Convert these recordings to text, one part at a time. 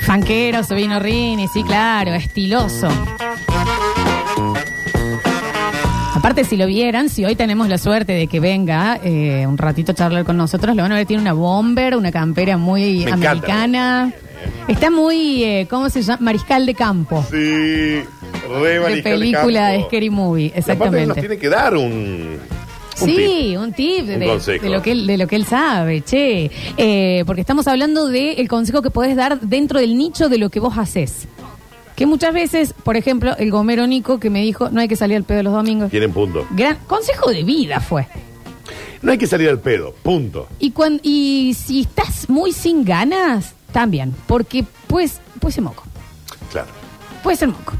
Fanquero, se vino Rini, sí, claro, estiloso. Aparte, si lo vieran, si hoy tenemos la suerte de que venga eh, un ratito a charlar con nosotros, lo van a ver, tiene una bomber, una campera muy Me encanta. americana. Está muy, eh, ¿cómo se llama? Mariscal de campo. Sí, re de Mariscal película de Campo. Scary Movie, Y aparte él nos exactamente. tiene que dar un, un Sí, tip. un tip de, Un de consejo. lo que él, de lo que él sabe, che. Eh, porque estamos hablando del consejo que podés dar dentro del nicho de lo que vos haces. Que muchas veces, por ejemplo, el gomero Nico que me dijo, no hay que salir al pedo los domingos. Tienen punto. Gran consejo de vida fue. No hay que salir al pedo, punto. Y, cuan- y si estás muy sin ganas, también. Porque pues, puede ser moco. Claro. Puede ser moco.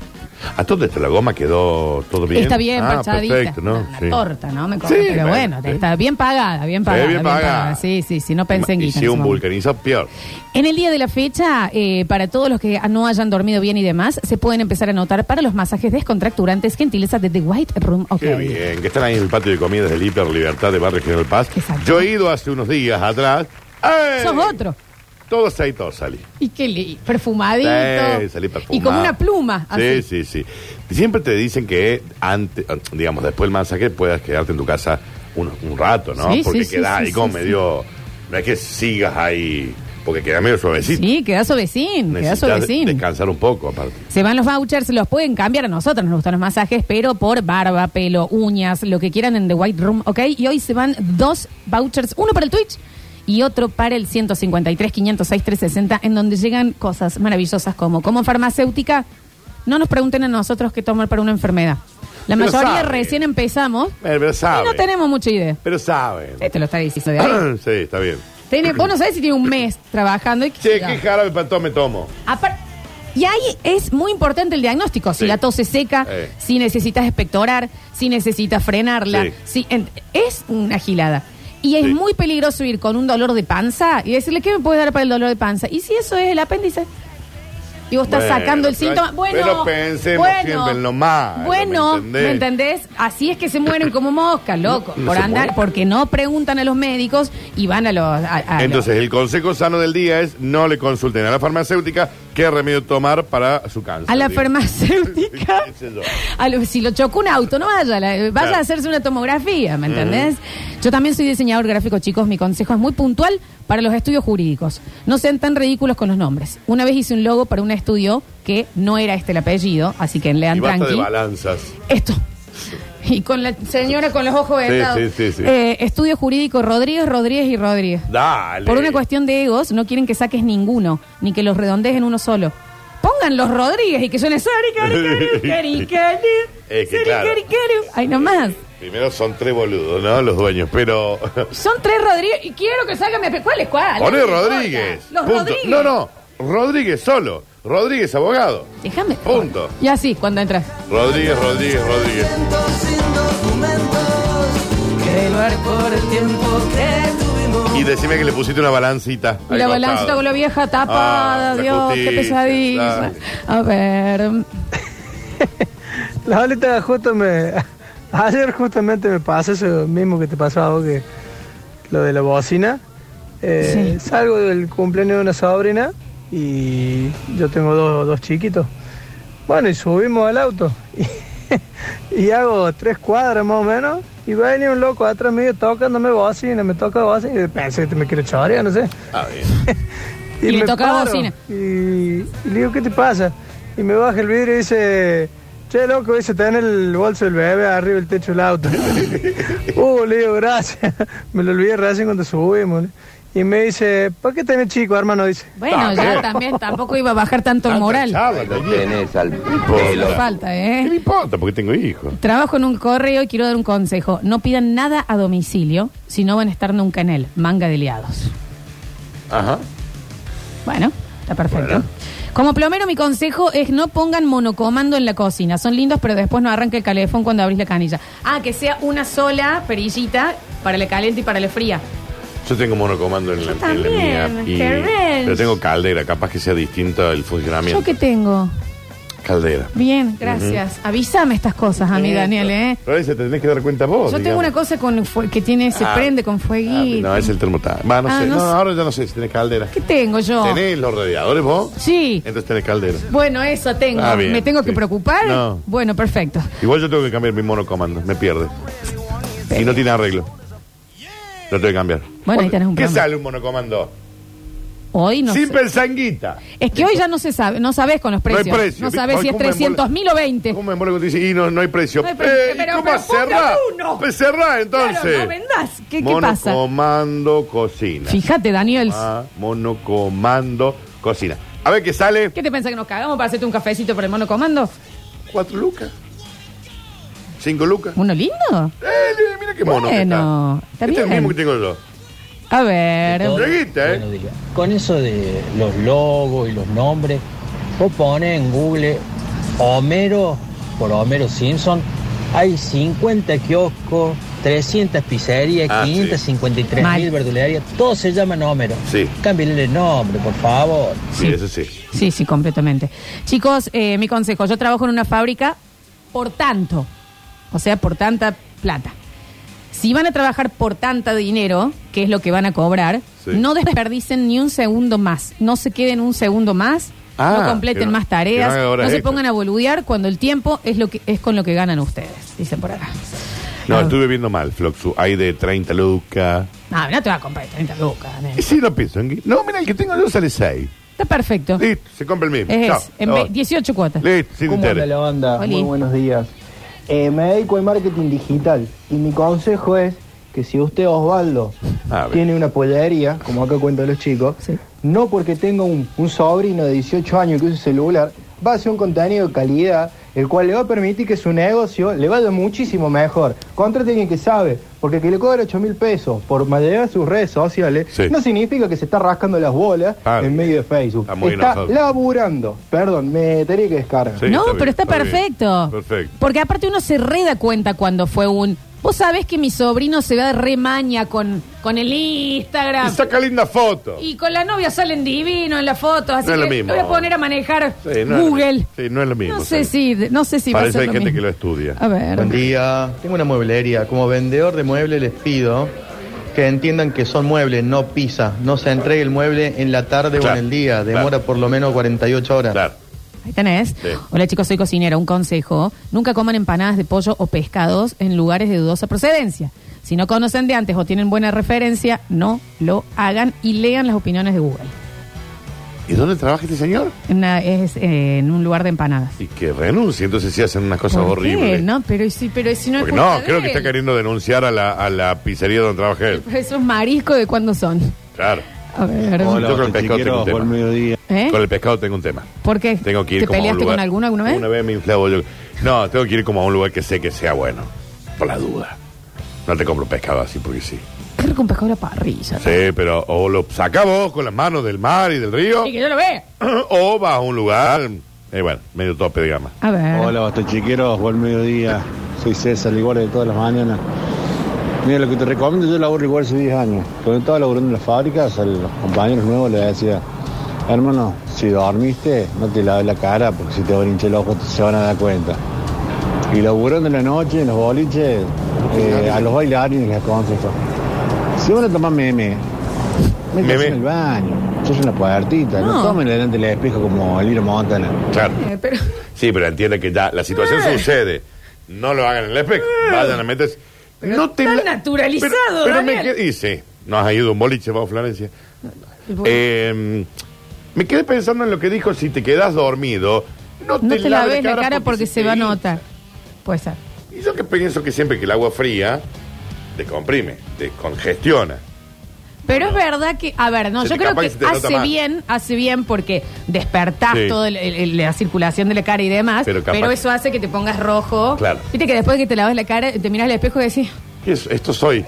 ¿A todo esto la goma quedó todo bien? Está bien ah, parchadita. perfecto, ¿no? Una Sí. torta, ¿no? Me Sí, acuerdo, pero bueno, sí. está bien pagada, bien pagada. Sí, bien pagada. Sí, sí, sí, no pensé en Y guita. en si ese un momento. vulcanizado, peor. En el día de la fecha, eh, para todos los que no hayan dormido bien y demás, se pueden empezar a anotar para los masajes descontracturantes, gentileza de The White Room. Ok. Qué bien, que están ahí en el patio de comidas del Hiper Libertad de Barrio General Paz. Exacto. Yo he ido hace unos días atrás. ¡Ey! Sos otro. Todo aceitoso salí. Y qué li- perfumadito. Sí, salí perfumado. Y como una pluma. Así. Sí, sí, sí. Siempre te dicen que antes, digamos, después del masaje puedas quedarte en tu casa un, un rato, ¿no? Sí, porque sí, sí, quedás sí, ahí como sí, medio. No es que sigas ahí, porque queda medio suavecito. Sí, quedás obesín, quedás Necesitas obesín. descansar un poco, aparte. Eh, Se van los vouchers, los pueden cambiar a nosotros, nos gustan los masajes, pero por barba, pelo, uñas, lo que quieran en The White Room, ¿ok? Y hoy se van dos vouchers, uno para el Twitch y otro para el 153, 506, 360, en donde llegan cosas maravillosas como, como farmacéutica, no nos pregunten a nosotros qué tomar para una enfermedad. La Pero mayoría sabe. recién empezamos Eh, Pero y saben. no tenemos mucha idea. Pero saben. Este lo está diciendo de ahí. sí, está bien. Tiene- vos no sabés si tiene un mes trabajando y Che, qué jarabe para todo me tomo. Apar- Y ahí es muy importante el diagnóstico. Si Sí. la tos es seca, Eh. si necesitas espectorar, si necesitas frenarla. Sí. si- en- es una gilada. Y es Sí. muy peligroso ir con un dolor de panza y decirle, ¿qué me puedes dar para el dolor de panza? Y si eso es el apéndice. Y vos estás Bueno, sacando el pero- síntoma. Bueno, pero pensemos siempre en lo malo, Bueno, ¿me entendés? ¿me entendés? Así es que se mueren como moscas, loco. No, no por se andar, mueren. porque no preguntan a los médicos y van a los. a- a los- Entonces, el consejo sano del día es no le consulten a la farmacéutica qué remedio tomar para su cáncer. A la digo. farmacéutica. ¿Qué sé yo? A lo- si lo chocó un auto, no vaya. la- vaya Claro. a hacerse una tomografía, ¿me entendés? Yo también soy diseñador gráfico, chicos. Mi consejo es muy puntual para los estudios jurídicos. No sean tan ridículos con los nombres. Una vez hice un logo para un estudio que no era este el apellido, así que lean Y basta de tranqui. balanzas. Esto. Y con la señora con los ojos Sí, vendados. sí, sí, sí. Eh, estudio jurídico Rodríguez, Rodríguez y Rodríguez. Dale. Por una cuestión de egos, no quieren que saques ninguno, ni que los redondees en uno solo. Pongan los Rodríguez y que suene "Sari, cari, cari, cari, cari, Es que sari, claro. cari, cari". Ay, nomás. Primero son tres boludos, ¿no? Los dueños, pero. Son tres Rodríguez y quiero que salga mi ape- ¿Cuál es cuál? Poné No me Rodríguez. importa. Los punto. Rodríguez. No, no. Rodríguez solo. Rodríguez abogado. Déjame. Punto. Y así, cuando entras. Rodríguez, Rodríguez, Rodríguez. sin documentos que no es por el tiempo que tuvimos. Y decime que le pusiste una balancita. al la costado. balancita con la vieja tapada, Ah, la Dios, qué justicia, pesadilla. dale. A ver. La boleta justo me. Ayer justamente me pasó eso mismo que te pasó a vos, que lo de la bocina. Eh, Salgo del cumpleaños de una sobrina y yo tengo dos, dos chiquitos. Bueno, y subimos al auto y, y hago tres cuadras más o menos y va a venir un loco atrás mío tocándome bocina, me toca bocina y pensé que me quiere chorear, no sé. Ah, bien. Y le me toca la bocina. Y, y le digo, ¿qué te pasa? Y me baja el vidrio y dice, che, loco, dice, está en el bolso del bebé arriba del techo del auto. uh, le digo, gracias. me lo olvidé recién cuando subimos. Y me dice, ¿para qué tenés chico, hermano? Dice, Bueno, ya también tampoco iba a bajar tanto el moral. Charla, también. al No falta, ¿eh? ¿Qué me importa? Porque tengo hijos. Trabajo en un correo y quiero dar un consejo. No pidan nada a domicilio si no van a estar nunca en él. Manga de liados. Ajá. Bueno, está perfecto. Como plomero, mi consejo es no pongan monocomando en la cocina. Son lindos, pero después no arranca el calefón cuando abrís la canilla. Ah, que sea una sola perillita para la caliente y para la fría. Yo tengo monocomando en, Yo la, en la mía. también, Y, qué bien. pero tengo caldera, capaz que sea distinto el funcionamiento. ¿Yo qué tengo? Caldera. Bien, gracias. Avísame estas cosas a mí, Daniel, ¿eh? Pero ahí se tenés que dar cuenta vos. Yo tengo digamos. una cosa con fue- que tiene, se Ah, prende con Ah, fueguito. no, es el termotal. Va, no Ah, sé. no No, sé. ahora ya no sé si tenés caldera. ¿Qué tengo yo? ¿Tenés los radiadores vos? Sí. Entonces tenés caldera. Bueno, eso tengo. Ah, bien, ¿Me tengo que sí. preocupar? No. Bueno, perfecto. Igual yo tengo que cambiar mi monocomando. Me pierde. Y no tiene arreglo. Lo tengo que cambiar. Bueno, ahí tenés un ¿Qué problema. sale un monocomando? Hoy no Sin sé. pensanguita. Es que hoy ya no se sabe, no sabes con los No hay precios. precio. No sabes Hoy si es cómo me 300 mil o 20. ¿Cómo me mola cuando dice, y no, no hay precio? No hay precio. Eh, ¿y Pero- ¿Cómo pero pongan cerrar? uno. Pues cerrar entonces. Claro, no vendás. ¿Qué- qué pasa? Monocomando cocina. Fíjate, Daniel. Ah, monocomando cocina. A ver qué sale. ¿Qué te pensás que nos cagamos para hacerte un cafecito por el monocomando? Cuatro lucas. Cinco lucas. ¿Uno lindo? Eh, mira qué mono. que Bueno, está Este es el bien. mismo que tengo yo. A ver. Todo. Lleguita, ¿eh? Buenos días. Con eso de los logos y los nombres, vos pones en Google Homero por Homero Simpson, hay 50 kioscos, 300 pizzerías, Ah, sí. 553 Mal. mil verdulerías, todos se llaman Homero. Sí. Cámbienle el nombre, por favor. Sí, Sí. eso sí. Sí, sí, completamente. Chicos, eh, mi consejo, yo trabajo en una fábrica por tanto, o sea, por tanta plata. Si van a trabajar por tanta dinero, que es lo que van a cobrar, Sí. no desperdicen ni un segundo más, no se queden un segundo más, Ah, no completen que no- más tareas, que no hagan no, horas se extras. pongan a boludear cuando el tiempo es lo que es con lo que ganan ustedes, dicen por acá. No, Ah. estuve viendo mal, Floxu. Hay de 30 lucas. Ah, no te va a comprar 30 lucas, Daniel. Y si no pienso en... No, mira, el que tengo yo sale 6. Está perfecto. Es, Listo, se compra el mismo. Chao. en ve- 18 cuotas. Listo, sin ¿Cómo anda interés. la banda? Oli. Muy buenos días. Eh, me dedico al marketing digital y mi consejo es que si usted, Osvaldo, A ver. tiene una pollería, como acá cuentan los chicos, Sí. no porque tenga un, un sobrino de 18 años que use celular, va a hacer un contenido de calidad, el cual le va a permitir que su negocio le vaya muchísimo mejor. Contrate a alguien que sabe, porque que le cobra 8 mil pesos por mantener sus redes sociales, Sí. no significa que se está rascando las bolas Ah. en medio de Facebook. Está muy enojado. laburando. Perdón, me tenía que descargar. Sí, no, está bien, pero está, está bien. perfecto. Perfecto. Porque aparte uno se reda cuenta cuando fue un. Vos sabés que mi sobrino se va de remaña con, con el Instagram. Y saca linda foto. Y con la novia salen divino en la foto, así No es que lo mismo. voy a poner a manejar Sí, no es lo Google. mismo. Sí, no es lo mismo, No sé sí. si, no sé si va a Parece ser que hay lo gente mismo. que lo estudia. A ver. Buen día, tengo una mueblería. Como vendedor de muebles les pido que entiendan que son muebles, no pizza. No se entregue el mueble en la tarde Claro, o en el día. claro. Demora por lo menos 48 horas. Claro. Ahí tenés. Sí. Hola chicos, soy cocinera. Un consejo. Nunca coman empanadas de pollo o pescados en lugares de dudosa procedencia. Si no conocen de antes o tienen buena referencia, no lo hagan y lean las opiniones de Google. ¿Y dónde trabaja este señor? Una- es eh, en un lugar de empanadas. Y que renuncie, entonces sí hacen unas cosas ¿Por qué? horribles. No, pero y si, pero y si no es Porque culpa no, de creo que él. Pues está queriendo denunciar a la, a la pizzería donde trabaja él. Esos mariscos de cuándo son. Claro. A ver. Yo con el pescado tengo un tema. ¿Eh? Con el pescado tengo un tema. ¿Por qué? Tengo que ir ¿Te como a un peleaste lugar- con alguno alguna vez? Una vez me inflavo yo. No, tengo que ir como a un lugar que sé que sea bueno. Por la duda. No te compro pescado así porque sí. Creo que un pescado a la parrilla. Sí, pero o lo sacás vos con las manos del mar y del río, Y que yo lo vea. o vas a un lugar, eh, bueno, medio tope de gama. A ver. Hola, bastachiqueros, buen mediodía. Soy César, igual de todas las mañanas. Mira, lo que te recomiendo, yo laburo igual hace 10 años. Cuando estaba laburando en las fábricas, a los compañeros nuevos les decía, hermano, si dormiste, no te laves la cara porque si te van a hinchar los ojos se van a dar cuenta. Y laburando en la noche, en los boliches, eh, a los bailarines les aconsejo. Si van a tomar meme, Meme. métanse en el baño, sos una puertita, no, No. tomen delante del espejo como el hilo Montana. Claro. Eh, pero- Sí, pero entiende que ya la situación Eh. sucede. No lo hagan en el espejo. Vayan a meterse. no te tan la- Eh. naturalizado, Pero, pero me Daniel. quedé. Y sí, nos ha ido un boliche, vamos, Florencia. Eh, me quedé pensando en lo que dijo: si te quedas dormido, no no, te laves laves la cara porque se te va a hincha. notar. Puede ser. Y yo que pienso que siempre que el agua fría te comprime, te congestiona. Pero es verdad que, a ver, no, Se yo te creo capaz que que se te nota hace más. bien, hace bien porque despertás Sí. toda la circulación de la cara y demás, pero, Pero capaz- eso hace que te pongas rojo. Claro. Viste que después que te lavas la cara, te miras al espejo y decís, ¿Qué es? Esto soy.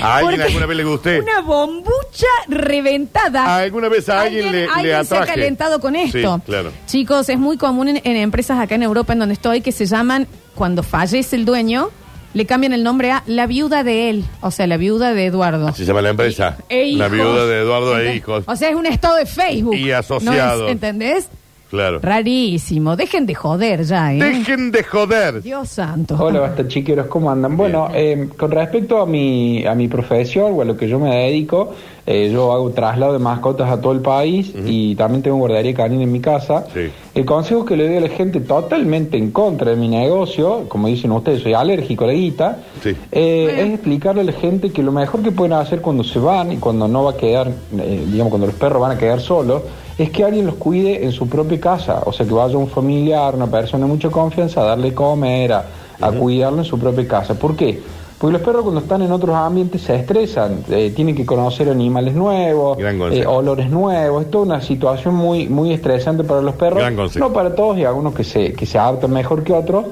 ¿A alguien Porque alguna vez le gusté? una bombucha reventada. ¿A alguna vez a alguien le- le se ha atraje? calentado con Sí, esto. claro. Chicos, es muy común en, en empresas acá en Europa, en donde estoy, que se llaman, cuando fallece el dueño, le cambian el nombre a la viuda de él, o sea, la viuda de Eduardo. Así se llama la empresa. E la hijos. viuda de Eduardo e ¿Entendés? hijos. O sea, es un estado de Facebook. Y asociados. No es- ¿Entendés? Claro. Rarísimo. Dejen de joder ya, ¿eh? Dejen de joder. Dios santo. Hola, basta chiqueros, ¿cómo andan? Bueno, eh, con respecto a mi, a mi profesión o a lo que yo me dedico, eh, yo hago traslado de mascotas a todo el país y también tengo guardería canina en mi casa. Sí. El consejo que le doy a la gente totalmente en contra de mi negocio, como dicen ustedes, soy alérgico a la guita, Sí. eh, es explicarle a la gente que lo mejor que pueden hacer cuando se van y cuando no va a quedar, eh, digamos, cuando los perros van a quedar solos, es que alguien los cuide en su propia casa. O sea, que vaya un familiar, una persona de mucha confianza a darle de comer, a, a cuidarlo en su propia casa. ¿Por qué? Porque los perros cuando están en otros ambientes se estresan, eh, tienen que conocer animales nuevos, Gran eh, consejo. olores nuevos. Es toda una situación muy, muy estresante para los perros. Gran consejo. No para todos y algunos que se, que se adaptan mejor que otros.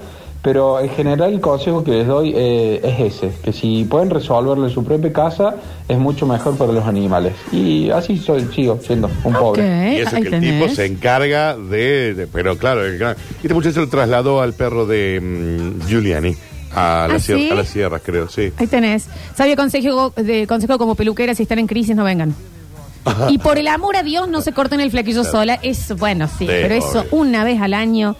Pero en general el consejo que les doy eh, es ese, que si pueden resolverlo en su propia casa es mucho mejor para los animales. Y así soy, sigo siendo un pobre. Ok, Y ¿Eh? eso ahí que el tipo tenés. se encarga de, de- Pero claro, el gran- este muchacho lo trasladó al perro de mm, Giuliani. A, la ¿Ah, sierra- sí? a las sierras, creo, sí. Ahí tenés. Sabio consejo, de consejo como peluquera, si están en crisis, no vengan. Y por el amor a Dios, no se corten el flequillo sola. Es bueno, sí, Sí, pero eso obvio. una vez al año,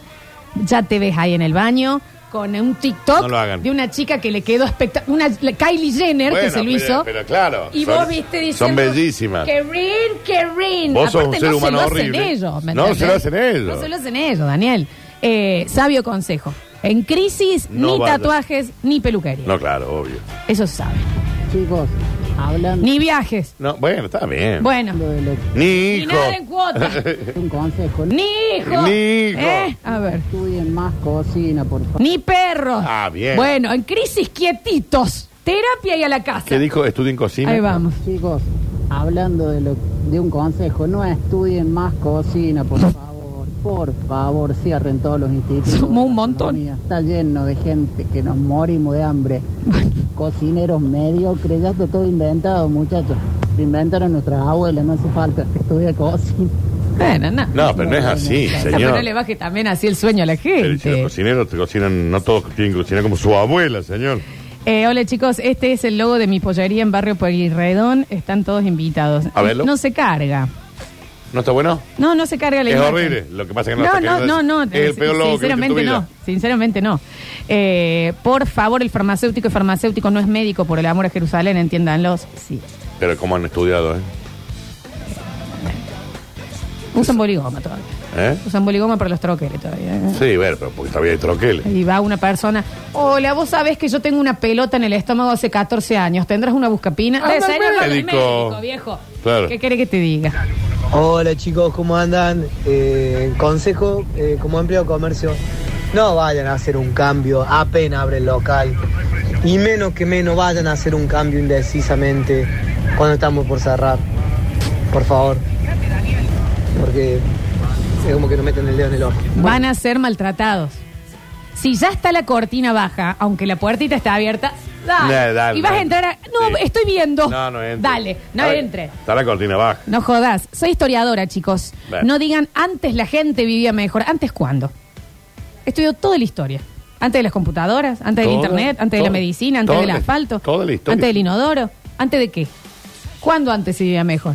ya te ves ahí en el baño con un No TikTok lo hagan. de una chica que le quedó espectacular. Una la Kylie Jenner Bueno, que se lo pero- hizo. pero claro, Y son- vos viste diciendo. son bellísimas. Kerin, Kerin. Vos sos un ser no humano se lo hacen horrible. ellos, ¿me No se lo entendés? hacen ellos. No se lo hacen ellos, Daniel. Eh, sabio consejo. En crisis, No ni vayan. tatuajes, ni peluquería. No, claro, obvio. Eso se sabe. Chicos, hablando Ni viajes. No, bueno, está bien. Bueno. de lo que Ni Ni hijo. nada en cuota. es un consejo, no Ni hijo. Ni hijo. ¿Eh? A ver. estudien más cocina, por favor. Ni perros. Ah, bien. Bueno, en crisis quietitos. Terapia y a la casa. ¿Qué dijo? Estudien cocina. Ahí vamos. Chicos, hablando de, lo, de un consejo, no estudien más cocina, por favor. Por favor, cierren todos los institutos. Somos un de montón. gastronomía. Está lleno de gente que nos morimos de hambre. Cocineros mediocres, ya está todo inventado, muchachos. Lo inventaron nuestras abuelas, no hace falta que estudie cocina. Bueno, no. No, pero no es así, Ah, Pero no señor. le baje también así el sueño a la Pero si los gente. cocineros te cocinan, no todos tienen que cocinar como su abuela, señor. Eh, hola chicos, este es el logo de mi pollería en Barrio Pueyrredón. Están todos invitados. A verlo. No se carga. ¿No está bueno? No, no se carga la Es imagen. horrible. Lo que pasa es que no No, está no, no, queriendo no. decir. Es el peor logo que viste en tu Sinceramente vida. no. Sinceramente no. Eh, por favor, el farmacéutico y farmacéutico no es médico, por el amor a Jerusalén, entiéndanlos. Sí. Pero como han estudiado, ¿eh? Usan boligoma todavía. ¿Eh? Usan boligoma para los troqueles todavía. ¿eh? Sí, ver, pero porque todavía hay troqueles. Y va una persona, hola, vos sabés que yo tengo una pelota en el estómago hace 14 años, ¿tendrás una buscapina? Anda Eh, al señor, al médico. médico, viejo. Claro. ¿Qué querés que te diga? Hola chicos, ¿cómo andan? Eh, consejo eh, como empleado de comercio, no vayan a hacer un cambio apenas abre el local. Y menos que menos vayan a hacer un cambio indecisamente cuando estamos por cerrar. Por favor. Porque es como que nos meten el dedo en el ojo. Van a ser maltratados. Si ya está la cortina baja, aunque la puertita está abierta, dale. No, dale, y vas a dale. entrar a... No, Sí. estoy viendo. No, no entre. Dale, no Está- entre. Está la cortina baja. No jodas. Soy historiadora, chicos. Bueno. No digan antes la gente vivía mejor. ¿Antes cuándo? Estudio toda la historia. Antes de las computadoras, antes del Toda, internet, antes de toda, la medicina, antes toda del la- asfalto, toda la historia. antes del inodoro, antes de qué. ¿Cuándo antes se vivía mejor?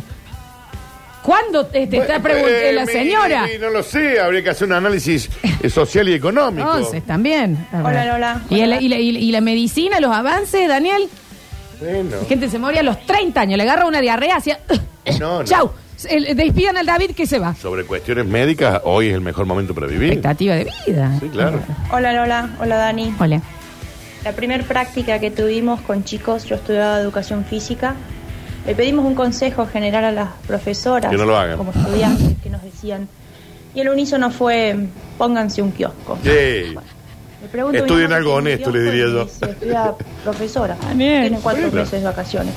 ¿Cuándo te, te está preguntando Eh, la mi- señora? mi- no lo sé, habría que hacer un análisis eh, social y económico. Entonces, también. A ver. Hola, Lola. ¿Y, el- y la, y la- y la medicina, los avances, Daniel? Bueno. La gente se moría a los 30 años, le agarra una diarrea, hacía... No, no. Chau. El- Despidan al David que se va. Sobre cuestiones médicas, hoy es el mejor momento para vivir. expectativa de vida. Sí, claro. Hola Lola, hola Dani. Hola. La primera práctica que tuvimos con chicos, yo estudiaba educación física, le pedimos un consejo general a las profesoras, Que no lo hagan. como estudiantes, que nos decían, y el unísono fue, pónganse un kiosco. Sí. Le pregunto a mi Estudien mamá algo que tiene honesto, le diría kiosco y yo. me dice, "Estudia profesora, Daniel. tiene cuatro Bueno. meses de vacaciones.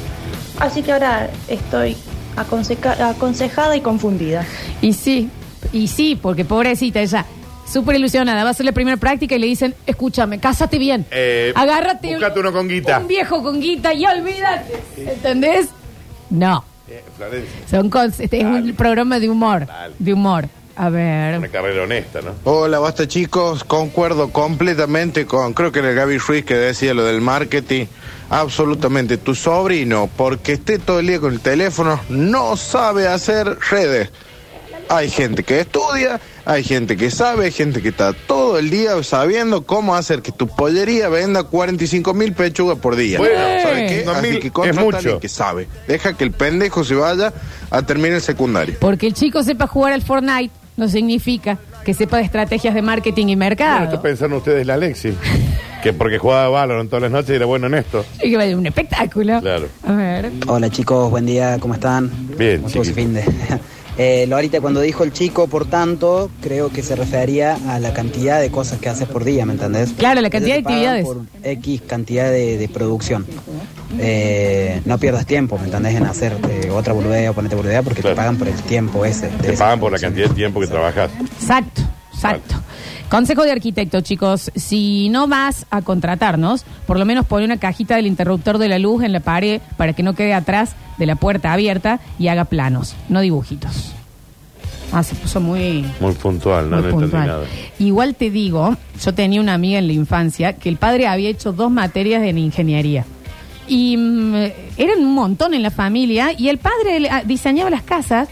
Así que ahora estoy aconseca- aconsejada y confundida. Y sí, y sí, porque pobrecita ella, súper ilusionada, va a ser la primera práctica y le dicen, escúchame, cásate bien, Eh, agárrate buscate uno con guita." un viejo con guita y olvídate, ¿entendés? No, Eh, Florencia, son cons- este es un Dale. programa de humor, Dale. de humor. A una ver, carrera honesta, ¿no? Hola, basta chicos, concuerdo completamente con, creo que era Gaby Ruiz que decía lo del marketing. Absolutamente, tu sobrino, porque esté todo el día con el teléfono, no sabe hacer redes. Hay gente que estudia, hay gente que sabe, hay gente que está todo el día sabiendo cómo hacer que tu pollería venda 45 mil pechugas por día. Bueno, ¿sabes qué? 42.000 Así que es contrata a mucho. alguien que sabe. Deja que el pendejo se vaya a terminar el secundario. Porque el chico sepa jugar al Fortnite no significa que sepa de estrategias de marketing y Bueno, ¿Qué mercado. pensaron ustedes la Alexi? que porque jugaba Valorant todas las noches y era bueno en esto. Y que vaya un espectáculo. Claro. A ver. Hola chicos, buen día, ¿cómo están? Bien, ¿Cómo estuvo su fin de? Eh, Lorita, cuando dijo el chico, por tanto, creo que se refería a la cantidad de cosas que haces por día, ¿me entendés? Claro, la cantidad de Ellos te pagan actividades. Por X cantidad de, de producción. Eh, no pierdas tiempo, ¿me entendés? En hacer eh, otra boludea o ponerte boludea porque te pagan por el tiempo ese. de Te esa pagan por la producción. cantidad de tiempo que trabajas. Exacto, exacto. Consejo de arquitecto, chicos. Si no vas a contratarnos, por lo menos pone una cajita del interruptor de la luz en la pared para que no quede atrás de la puerta abierta y haga planos, no dibujitos. Ah, se puso muy... Muy puntual, no, Muy no entendí puntual. nada. Igual te digo, yo tenía una amiga en la infancia que el padre había hecho dos materias en ingeniería. Y mm, eran un montón en la familia. Y el padre le- ah, diseñaba las casas.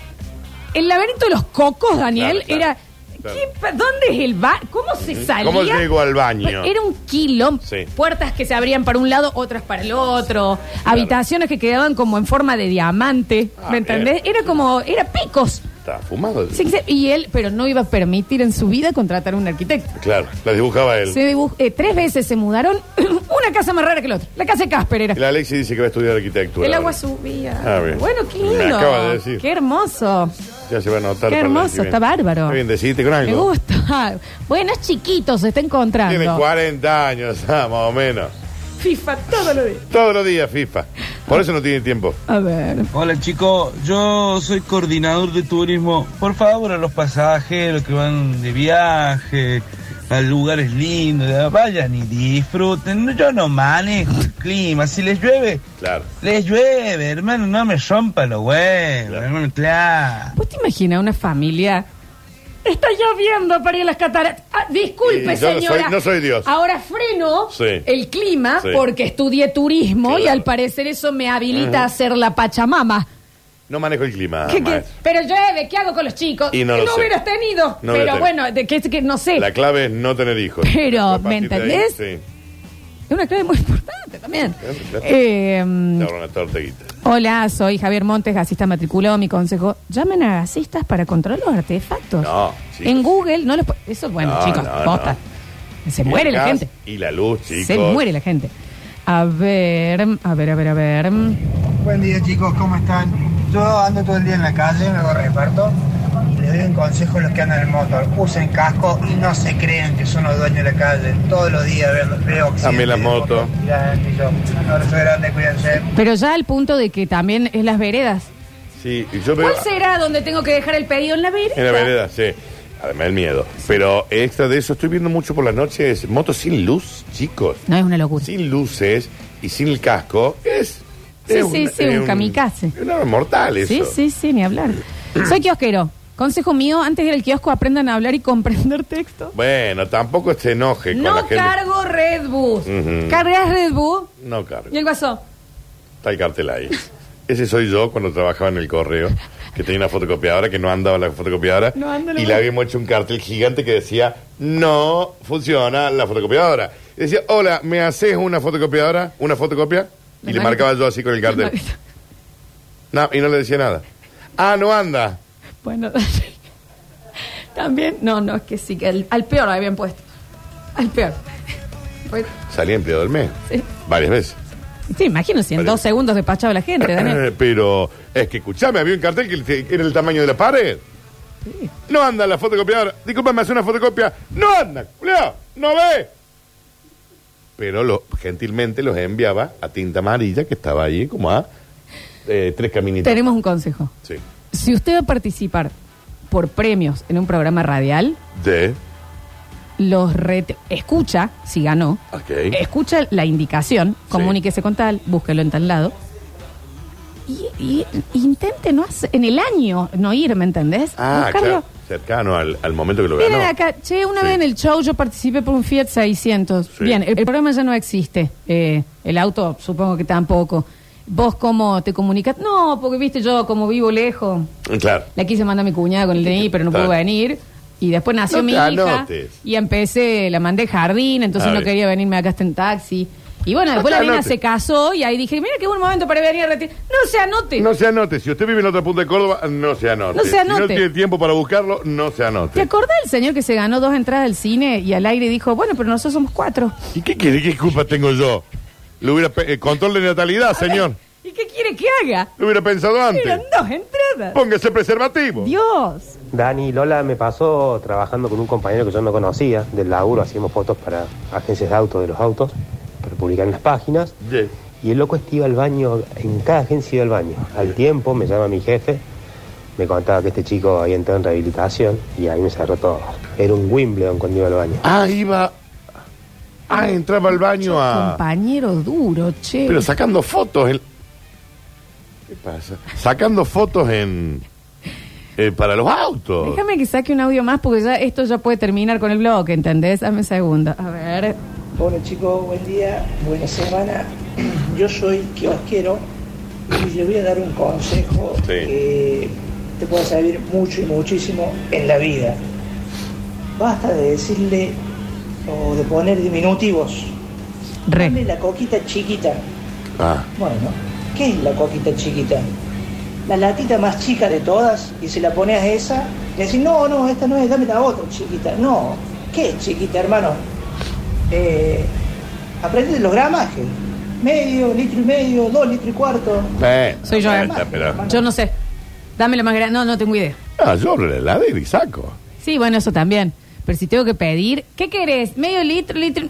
El laberinto de los cocos, Daniel, Claro, claro, era. claro. ¿qué pa- ¿Dónde es el baño? ¿Cómo se Ujú. salía? ¿Cómo llego al baño? Pero Era un quilombo. Sí. Puertas que se abrían para un lado, otras para el otro. Habitaciones que quedaban como en forma de diamante. Ah, ¿Me entendés? Era como. Era picos. Está fumado. Sí, sí, Y él, pero no iba a permitir en su vida contratar a un arquitecto. Claro, la dibujaba él. Se dibuj- eh, tres veces se mudaron, una casa más rara que la otra. La casa de Casper era. Y la Alexi dice que va a estudiar arquitectura. El agua ahora. subía. Ah, bien. Bueno, qué Me lindo. acaba de decir. Qué hermoso. Ya se va a notar. Qué para el hermoso, año que viene. está bárbaro. Está bien, decidiste con Me algo. gusta. Bueno, es chiquito, se está encontrando. Tiene 40 años, ah, más o menos. FIFA todo lo días. Todos los días FIFA. Por eso no tiene tiempo. A ver. Hola chicos, yo soy coordinador de turismo. Por favor, a los pasajeros que van de viaje, a lugares lindos, ya, vayan y disfruten. Yo no manejo el clima, si les llueve, claro. les llueve, hermano, no me rompa los huevos, hermano, claro. ¿Vos te imaginas una familia? Está lloviendo para ir a las cataratas. Ah, disculpe, Sí, yo no señora. soy- no soy Dios. Ahora freno Sí. el clima Sí. porque estudié turismo y al parecer eso me habilita a Ujú. hacer la Pachamama. No manejo el clima. ¿Qué- qué? Ah, maestro. Pero llueve, ¿qué hago con los chicos? Y no lo sé. hubieras tenido. No hubiera pero tenido. bueno, de, que, que no sé. La clave es no tener hijos. Pero, A partir ¿me de ahí, entendés? Sí. Es una clave muy importante también. Claro. Eh, Te ahorra una torta guita. Hola, soy Javier Montes, gasista matriculado. Mi consejo, llamen a gasistas para controlar los artefactos. No, chicos. En Google, no los... po- Eso, bueno, No, chicos, no, posta. Se El muere la gas gente. Y la luz, chicos. Se muere la gente. A ver, a ver, a ver, a ver. Buen día chicos, ¿cómo están? Yo ando todo el día en la calle, me hago reparto. Les doy un consejo a los que andan en motor. Usen casco y no se crean que son los dueños de la calle. Todos los días veo, veo A mí las motos. accidentes y yo. Un abrazo grande, cuídense. Pero ya al punto de que también es las veredas. Sí, y yo veo. ¿Cuál será donde tengo que dejar el pedido en la vereda? En la vereda, sí. Además el miedo. Pero extra de eso, estoy viendo mucho por las noches motos sin luz, chicos. No, es una locura. Sin luces y sin el casco. Es. Sí, es sí, sí, es un kamikaze. Es una mortal eso. Sí, sí, sí, ni hablar. Soy kiosquero. Consejo mío, antes de ir al kiosco aprendan a hablar y comprender texto. Bueno, tampoco se enoje con la No gente. cargo Red Bull. Ujú. Cargas Red Bull No cargo. y el guasón. Está el cartel ahí. Ese soy yo cuando trabajaba en el correo, que tenía una fotocopiadora, que no andaba la fotocopiadora. No anda la y le habíamos hecho un cartel gigante que decía, no funciona la fotocopiadora. Y decía, hola, ¿me haces una fotocopiadora? ¿Una fotocopia? Y Me le mar- marcaba yo así con el cartel. Me mar- No, y no le decía nada. Ah, no anda. Bueno, también. No, no, es que sí, que al, al peor lo habían puesto. Al peor. Bueno, Salí empleado del mes. sí. Varias veces. Sí, imagínense, en dos segundos despachaba la gente, Daniel. Pero es que escuchame, había un cartel que te- que era el tamaño de la pared. No anda la fotocopiadora. Disculpa, me hace una fotocopia. No anda, culiao, no ve. Pero lo, gentilmente los enviaba a tinta amarilla que estaba ahí como a eh, tres caminitos. Tenemos un consejo. Sí. Si usted va a participar por premios en un programa radial, De. los rete- escucha, si ganó, Ok. escucha la indicación, comuníquese con tal, búsquelo en tal lado. Y, y- intente no hace- en el año no ir, ¿me entendés? Ah, Buscarlo. claro. Cercano al, al momento que lo Miren ganó. acá, che, una Sí. vez en el show yo participé por un Fiat 600. Sí. Bien, el, el programa ya no existe. Eh, el auto supongo que tampoco. ¿Vos cómo te comunicas? No, porque viste, yo como vivo lejos, Claro. la quise mandar a mi cuñada con el DNI, pero no Claro. pudo venir. Y después nació No mi te hija anotes. y empecé, la mandé jardín, entonces A no ver. quería venirme acá hasta en taxi. Y bueno, No después te la nena anotes. se casó y ahí dije, mira qué buen momento para venir a retirar. No se anote. No se anote. Si usted vive en otra punta de Córdoba, no se anote. No se Si no anote. tiene tiempo para buscarlo, no se ¿Te anote. acordás del señor que se ganó dos entradas al cine y al aire dijo, bueno, pero nosotros somos cuatro? ¿Y qué quiere? ¿Qué culpa tengo yo? Le hubiera pe- eh, control de natalidad, señor. ¿Y qué quiere que haga? Lo hubiera pensado Eran antes. dos entradas. Póngase preservativo. Dios. Dani, Lola me pasó trabajando con un compañero que yo no conocía del laburo, hacíamos fotos para agencias de autos de los autos, para publicar en las páginas. Y el loco este iba al baño, en cada agencia iba al baño. Al tiempo me llama mi jefe, me contaba que este chico había entrado en rehabilitación y ahí me cerró todo. Era un Wimbledon cuando iba al baño. Ah, iba. Ah, entraba al baño a. Compañero duro, che. Pero sacando fotos. en- ¿Qué pasa? Sacando fotos en. eh, para los autos. Déjame que saque un audio más porque ya esto ya puede terminar con el blog, ¿entendés? Dame un segundo. A ver. Hola chicos, buen día, buena semana. Yo soy kiosquero y le voy a dar un consejo que Eh, te puede servir mucho y muchísimo en la vida. Basta de decirle o de poner diminutivos. Dame la coquita chiquita. Ah. Bueno, ¿qué es la coquita chiquita? La latita más chica de todas y si la pones a esa, le decís, no, no, esta no es, dame la otra chiquita. No, ¿qué es chiquita, hermano? Eh, aprende los gramajes. Medio, litro y medio, dos litros y cuarto. Eh, Soy yo. eh, eh. pero- Yo no sé. Dame la más grande. No, no tengo idea. Ah, yo abro la heladera y saco. Sí, bueno, eso también. Pero si tengo que pedir, ¿qué querés? ¿Medio litro, litro?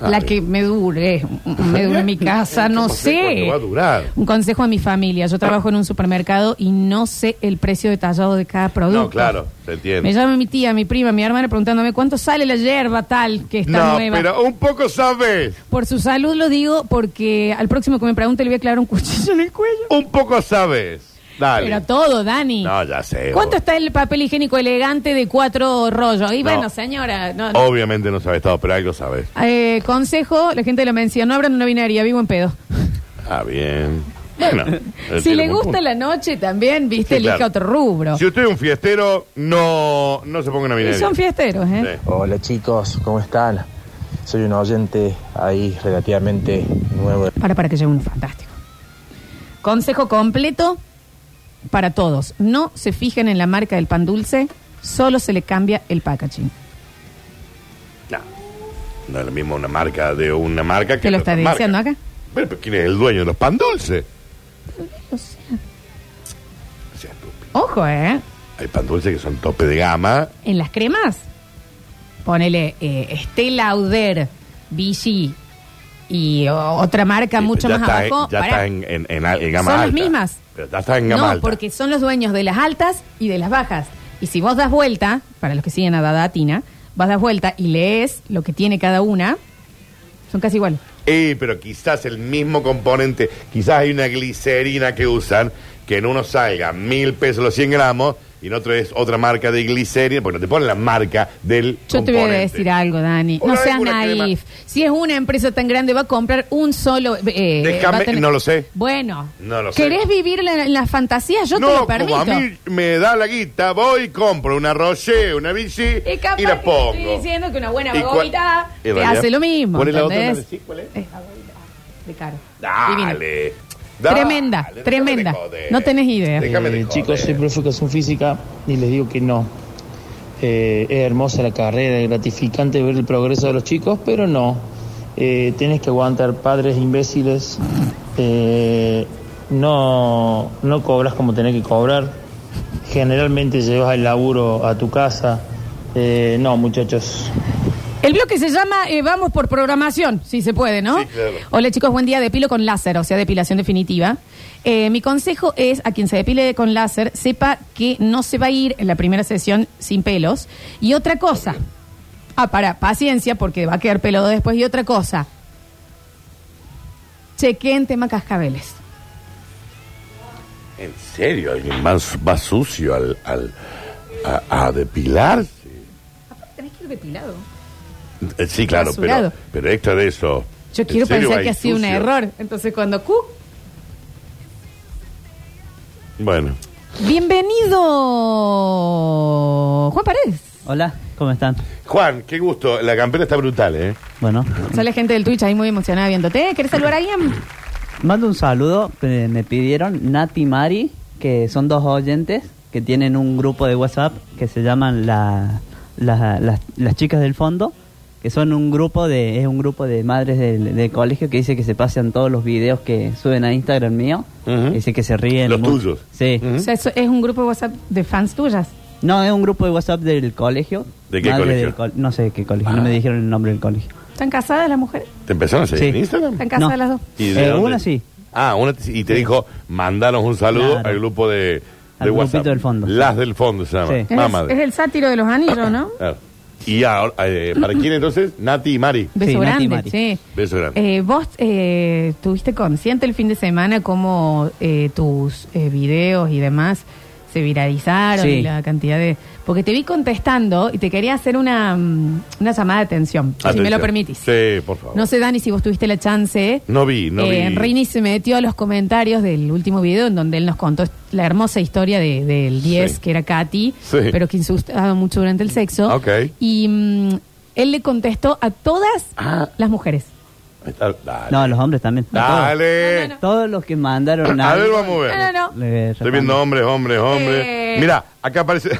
Ah, la bien. que me dure, me dure mi casa, no sé. cuánto va a durar. Un consejo a mi familia. Yo trabajo en un supermercado y no sé el precio detallado de cada producto. No, claro, se entiende. Me llama mi tía, mi prima, mi hermana preguntándome cuánto sale la hierba tal que está no, nueva. pero un poco sabes. Por su salud lo digo porque al próximo que me pregunte le voy a clavar un cuchillo en el cuello. Un poco sabes. Dale. Pero todo, Dani. no, ya sé. ¿Cuánto está el papel higiénico elegante de cuatro rollos? Y No. Oh. bueno, señora, no, no. Obviamente no sabes todo, pero algo sabes. Eh, consejo, la gente lo menciona, no abran una vinaria, vivo en pedo. Ah, bien. Bueno. él Si Eh, tiene le buen gusta punto. la noche también, viste, Sí, claro. elija otro rubro. Si usted es un fiestero, no, no se ponga una Y vinera. son fiesteros, ¿eh? Hola chicos, ¿cómo están? Soy un oyente ahí relativamente nuevo. Para, para que llegue uno fantástico. Consejo completo para todos. No se fijen en la marca del pan dulce, solo se le cambia el packaging. No. No es lo mismo una marca de una marca que. ¿Te lo de está otra marca. diciendo acá? Pero, pero ¿quién es el dueño de los pan dulces? O sea. Ojo, ¿eh? Hay pan dulces que son tope de gama. En las cremas, ponele eh, Estela Lauder, Vichy y o- otra marca mucho ya más está, abajo. en- ya Pará. está en, en- en al- en gama Son las alta. mismas. Pero ya está en gama No, alta. porque son los dueños de las altas y de las bajas. Y si vos das vuelta, para los que siguen a Dadatina, vas das vuelta y lees lo que tiene cada una, son casi iguales. Eh, pero quizás el mismo componente, quizás hay una glicerina que usan, que en uno salga mil pesos los 100 gramos y en otro es otra marca de glicerina, porque no te ponen la marca del Yo te voy a componente. decir algo, Dani. Hola, no seas alguna crema. naif. Si es una empresa tan grande, va a comprar un solo. eh, va Déjame, a tener- no lo sé. Bueno, No lo sé. ¿querés vivir la, la fantasía? Yo no, te lo como permito. a mí me da la guita, voy y compro una Roche, una bici Y capaz y, que la te pongo. estoy diciendo que una buena ¿Y cuál- vagonita en te realidad? hace lo mismo. ¿Cuál es la otra? ¿entendés? ¿Me decís cuál es? Es vagonita, de caro. Dale. dale, Tremenda, déjame de tremenda. joder. No tenés idea. Déjame de Eh, joder. chicos, soy profe de educación física y les digo que no. Eh, es hermosa la carrera, es gratificante ver el progreso de los chicos, pero no. Eh, tenés que aguantar padres imbéciles. eh, no, no cobras como tenés que cobrar. Generalmente llevas el laburo a tu casa. Eh, no, muchachos. El bloque se llama eh, Vamos por programación, si se puede, ¿no? Sí, claro. Hola chicos, buen día. Depilo con láser, o sea, depilación definitiva. Eh, mi consejo es a quien se depile con láser, sepa que no se va a ir en la primera sesión sin pelos. Y otra cosa, ah, para, paciencia, porque va a quedar pelado después. Y otra cosa, chequeen tema cascabeles. ¿En serio? ¿Alguien más va sucio al, al, a, a depilar? Tenés que ir depilado. Eh, Sí, claro, pero, Rasurado. pero extra de eso. Yo ¿en quiero serio pensar hay que ha sido un sucio? error. Entonces, cuando cu, Bueno. Bienvenido, Juan Paredes. Hola, ¿cómo están? Juan, qué gusto. La campera está brutal, ¿eh? Bueno, Sale gente del Twitch ahí muy emocionada viéndote. ¿Querés saludar a alguien? mando un saludo. eh, Me pidieron Nati y Mari, que son dos oyentes que tienen un grupo de WhatsApp que se llaman la- la- las, las chicas del fondo, que son un grupo de es un grupo de madres del, del colegio que dice que se pasan todos los videos que suben a Instagram mío, dice que se ríen Los mucho. tuyos. Sí. O sea, eso es un grupo de WhatsApp de fans tuyas. No, es un grupo de WhatsApp del colegio. ¿De qué Madre colegio? Ah. del col- no sé de qué colegio, no me dijeron el nombre del colegio. ¿Están casadas las mujeres? ¿Te empezaron a seguir en Instagram? ¿Están casadas las dos? ¿Y de Eh, dónde? una sí. Ah, una te- y te dijo, mandanos un saludo Claro. al grupo de, Al de grupito WhatsApp. del fondo. Las del fondo se llama. Sí. Es, Mamá de- es el sátiro de los anillos, ¿no? Claro. Y ahora, eh, ¿para quién entonces? Nati y Mari. Beso grande, sí. Beso grande. Eh, ¿Vos eh, tuviste consciente el fin de semana cómo eh, tus eh, videos y demás se viralizaron Sí. y la cantidad de... Porque te vi contestando y te quería hacer una, mm, una llamada de atención, si me Atención. lo permitís. Sí, por favor. No sé, Dani, si vos tuviste la chance. No vi, no Eh, vi. Rini se metió a los comentarios del último video en donde él nos contó la hermosa historia de- del 10, que era Katy, Sí. pero que insultaba mucho durante el sexo. Ok. Y mm, él le contestó a todas las mujeres. Está- dale. No, los hombres también. A todos. Dale. Todos los que mandaron A ver, algo, vamos a ver. No, no, no. le Estoy respondo. viendo hombres, hombres, hombres. Eh. Mira, acá aparece.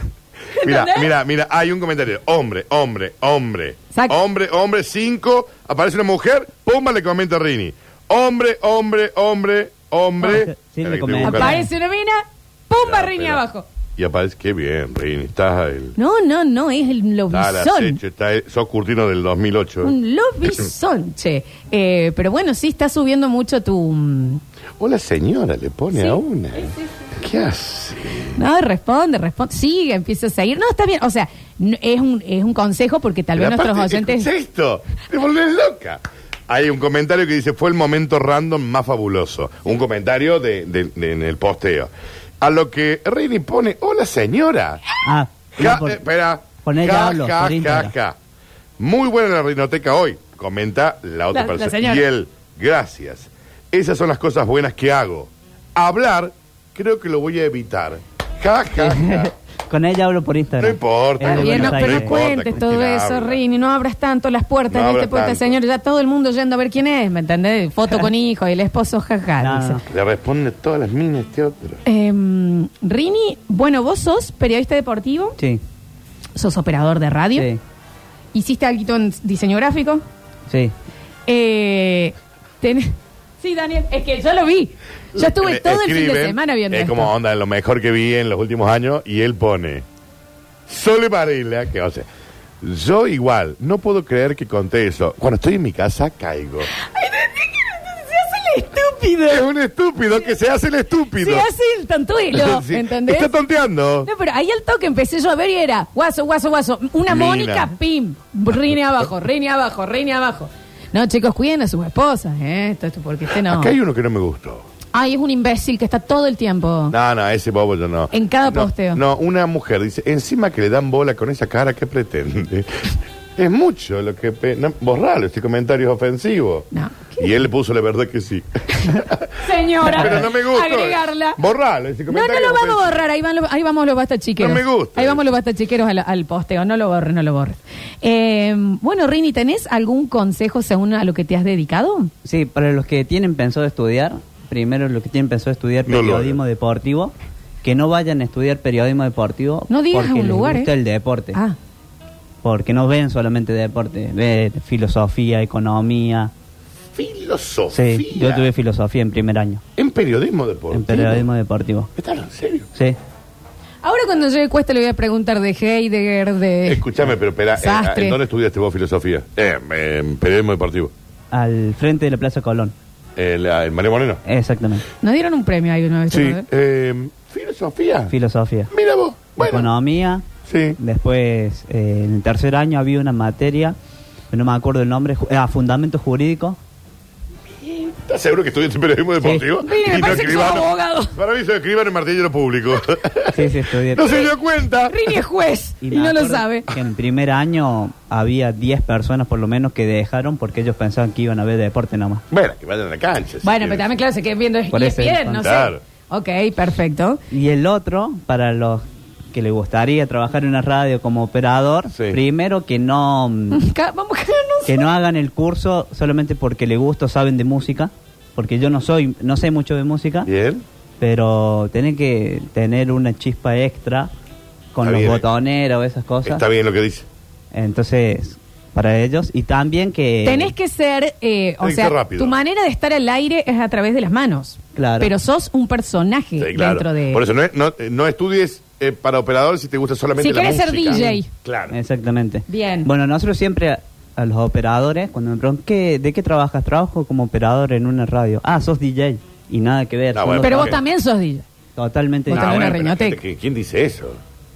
Mira, ¿Entendés? mira, mira, hay un comentario. Hombre, hombre, hombre. Hombre, hombre, cinco. Aparece una mujer, pumba, le comenta a Rini. Hombre, hombre, hombre, Ah, hombre. Espera que estoy buscando. Aparece una mina, pumba, Rini abajo. Y aparece, qué bien, Rini. Estás el. No, no, no, es el Estás al lobizón. acecho, estás el- sos curtino del 2008. eh. Un lobizón, che. Eh, pero bueno, sí, está subiendo mucho tu... mm, Hola, señora, le pone Sí. a una. ¿Qué hace? No, responde, responde. Sigue, empieza a seguir. No, está bien. O sea, no- es, un, es un consejo porque tal vez Pero nuestros aparte, oyentes... escuchá esto? Te volvés loca. Hay un comentario que dice, fue el momento random más fabuloso. Un comentario de, de- de- en el posteo. A lo que Rini pone, hola señora. Ah, Ja- eh, espera. poné, Ja, ya hablo, ja, por ja, Instagram. ja. Muy buena la rinoteca hoy, comenta la otra La- la persona. señora. y él, gracias. Esas son las cosas buenas que hago. Hablar, creo que lo voy a evitar. Ja, ja, ja. Con ella hablo por Instagram. No importa. Es de Bien, Buenos no, Aires. pero no importa. Cuentes todo Tranquila, eso, habla. Rini. No abras tanto las puertas No de este abras puerta, tanto. señor. Ya todo el mundo yendo a ver quién es, ¿me entendés? Foto con hijo y el esposo, jaja. dice. Le responde todas las minas, este otro. Em, Rini, bueno, vos sos periodista deportivo, Sí, sos operador de radio, Sí. hiciste algo en diseño gráfico. sí. Eh, tenés- Sí, Daniel, es que yo lo vi. Yo estuve Le todo el fin de escriben, semana viendo Es esto. como onda, lo mejor que vi en los últimos años. Y él pone. Sole Varela, que o sea. Yo igual, no puedo creer que conté eso. Cuando estoy en mi casa, caigo. Se hace el estúpido. Es un estúpido que se hace el estúpido. Se hace el tontuelo, Sí, ¿entendés? Está tonteando. No, pero ahí al toque empecé yo a ver y era guaso, guaso, guaso. Una Mina. Mónica, pim, rine abajo, rine abajo, rine abajo. No, chicos, cuiden a sus esposas, ¿eh? Esto, esto, porque este no. Acá hay uno que no me gustó. Ay, es un imbécil que está todo el tiempo. No, no, ese bobo yo no. En cada No, posteo. No, una mujer dice, encima que le dan bola con esa cara, ¿qué pretende? es mucho lo que... pe- No, borralo, este comentario es ofensivo. No. Y él le puso la verdad que sí. Señora, Pero no me gusta. agregarla. Borralo, ese No, no comentario lo es vamos a ofensivo. borrar. Ahí, van lo- ahí vamos los basta chiqueros. No me gusta. Ahí vamos los basta chiqueros al, al posteo. No lo borres, no lo borres. Eh, bueno, Rini, ¿tenés algún consejo según a lo que te has dedicado? Sí, para los que tienen pensado estudiar, primero los que tienen pensado estudiar No lo periodismo deportivo, que no vayan a estudiar periodismo deportivo No digas porque un les lugar, gusta ¿eh? el deporte. Ah. Porque no ven solamente deporte, ven filosofía, economía. Filosofía. Sí, yo tuve filosofía en primer año, En periodismo deportivo. en periodismo deportivo. ¿Estás en serio? Sí. Ahora cuando llegue Cuesta le voy a preguntar de Heidegger, de... Escúchame, pero espera, eh, Sastre. ¿en dónde estudiaste vos filosofía? Eh, en periodismo deportivo. Al frente de la Plaza Colón. ¿El, el María Moreno? Exactamente. ¿No dieron un premio ahí una vez? Sí. ¿no? eh, filosofía. Filosofía. Mira vos. Economía. Sí. Después, eh, en el tercer año había una materia, no me acuerdo el nombre, ju- ah, Fundamentos Jurídicos. ¿Estás seguro que estudiaste periodismo deportivo? Mire, me parece que sos abogado. Para mí soy escribano y martillero público. Sí, sí, estudié. no se dio cuenta. Rini es juez y, me no lo acuerdo sabe. Que en el primer año había 10 personas por lo menos que dejaron porque ellos pensaban que iban a ver deporte nomás. Bueno, que vayan a la cancha. Bueno, pero también, claro, se quedan viendo Por es eso, bien, no claro. sé. Ok, perfecto. Y el otro, para los que le gustaría trabajar en una radio como operador, primero que no Ca- Vamos, que no que no hagan el curso solamente porque le gusta o saben de música, porque yo no soy no sé mucho de música. Bien. Pero tienen que tener una chispa extra con Está los bien. botoneros, esas cosas. Está bien lo que dice. Entonces, para ellos y también que Tenés que ser, eh, o Tenés que sea, ser rápido. tu manera de estar al aire es a través de las manos. Claro. Pero sos un personaje Sí, claro. dentro de... Por eso no, es- no, eh, no estudies eh, para operador si te gusta solamente Si la querés música. ser DJ. Claro. Exactamente. Bien. Bueno, nosotros siempre a, a los operadores, cuando me preguntan, ¿qué, ¿de qué trabajas? Trabajo como operador en una radio. Ah, sos DJ. Y nada que ver. son pero los vos dos también sos DJ. Totalmente vos Ah, tenés una riñoteca. ¿Qui- ¿Quién dice eso?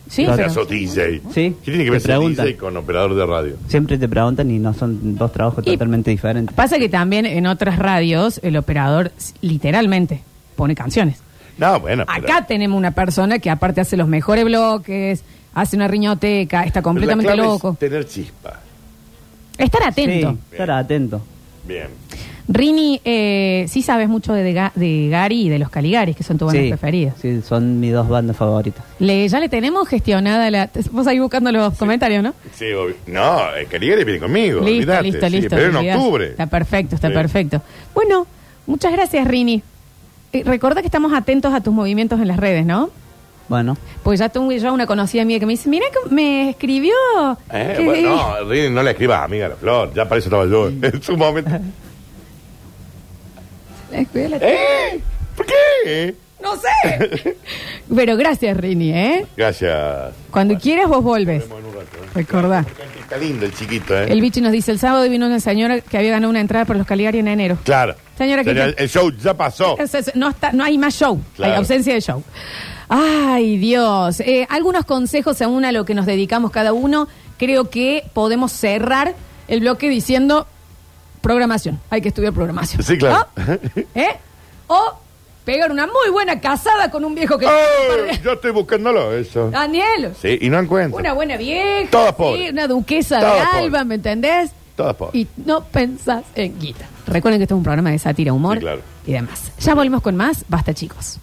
Sí, O sea, pero- sos DJ. Sí, ¿Qué tiene que te ver ser preguntan. DJ con operador de radio? Siempre te preguntan y no son dos trabajos totalmente diferentes. Pasa que también en otras radios el operador s- literalmente pone canciones. No, bueno. Ah, pero- Acá tenemos una persona que aparte hace los mejores bloques, hace una riñoteca, está completamente la clave loco. Es tener chispa. Estar atento. Sí, estar atento. Bien. Rini, eh, sí sabes mucho de, Ga- de Gary y de los Caligaris, que son tus bandas sí, preferidas. Sí, son mis dos bandas favoritas. Le, ya le tenemos gestionada la... Vos ahí buscando los comentarios, ¿no? Sí, obvio. No, el Caligari viene conmigo. listo, olvidate. listo, Sí, listo. Pero en olvidás. octubre. Está perfecto, está Sí. perfecto. Bueno, muchas gracias, Rini. Eh, recuerda que estamos atentos a tus movimientos en las redes, ¿no? Bueno, Pues ya tengo yo una conocida mía que me dice, mira que me escribió. Eh, que- bueno, no, Rini, no le escribas amiga la flor. Ya para eso estaba yo en su momento. La escuela- ¿Eh? ¿Por qué? No sé. Pero gracias, Rini, ¿eh? Gracias. Cuando quieras vos volves. Recordá. Está lindo el chiquito, ¿eh? El bichi nos dice, el sábado vino una señora que había ganado una entrada para los Caligari en enero. Claro. Señora, ¿qué Señora, te- el show ya pasó. Es- es- No, está, no hay más show, Claro. hay ausencia de show. Ay, Dios. Eh, algunos consejos según a lo que nos dedicamos cada uno. Creo que podemos cerrar el bloque diciendo programación. Hay que estudiar programación. Sí, claro. ¿No? ¿Eh? O pegar una muy buena casada con un viejo que... ¡Ay! Oh, Yo estoy buscándolo, eso. Daniel, Sí, y no encuentro. una buena vieja, Todas sí, pobres. una duquesa de Todas Alba, ¿me entendés? Todas por. Y no pensás en guita. Recuerden que esto es un programa de sátira, humor claro. y demás. Ya volvemos con más. Basta, chicos.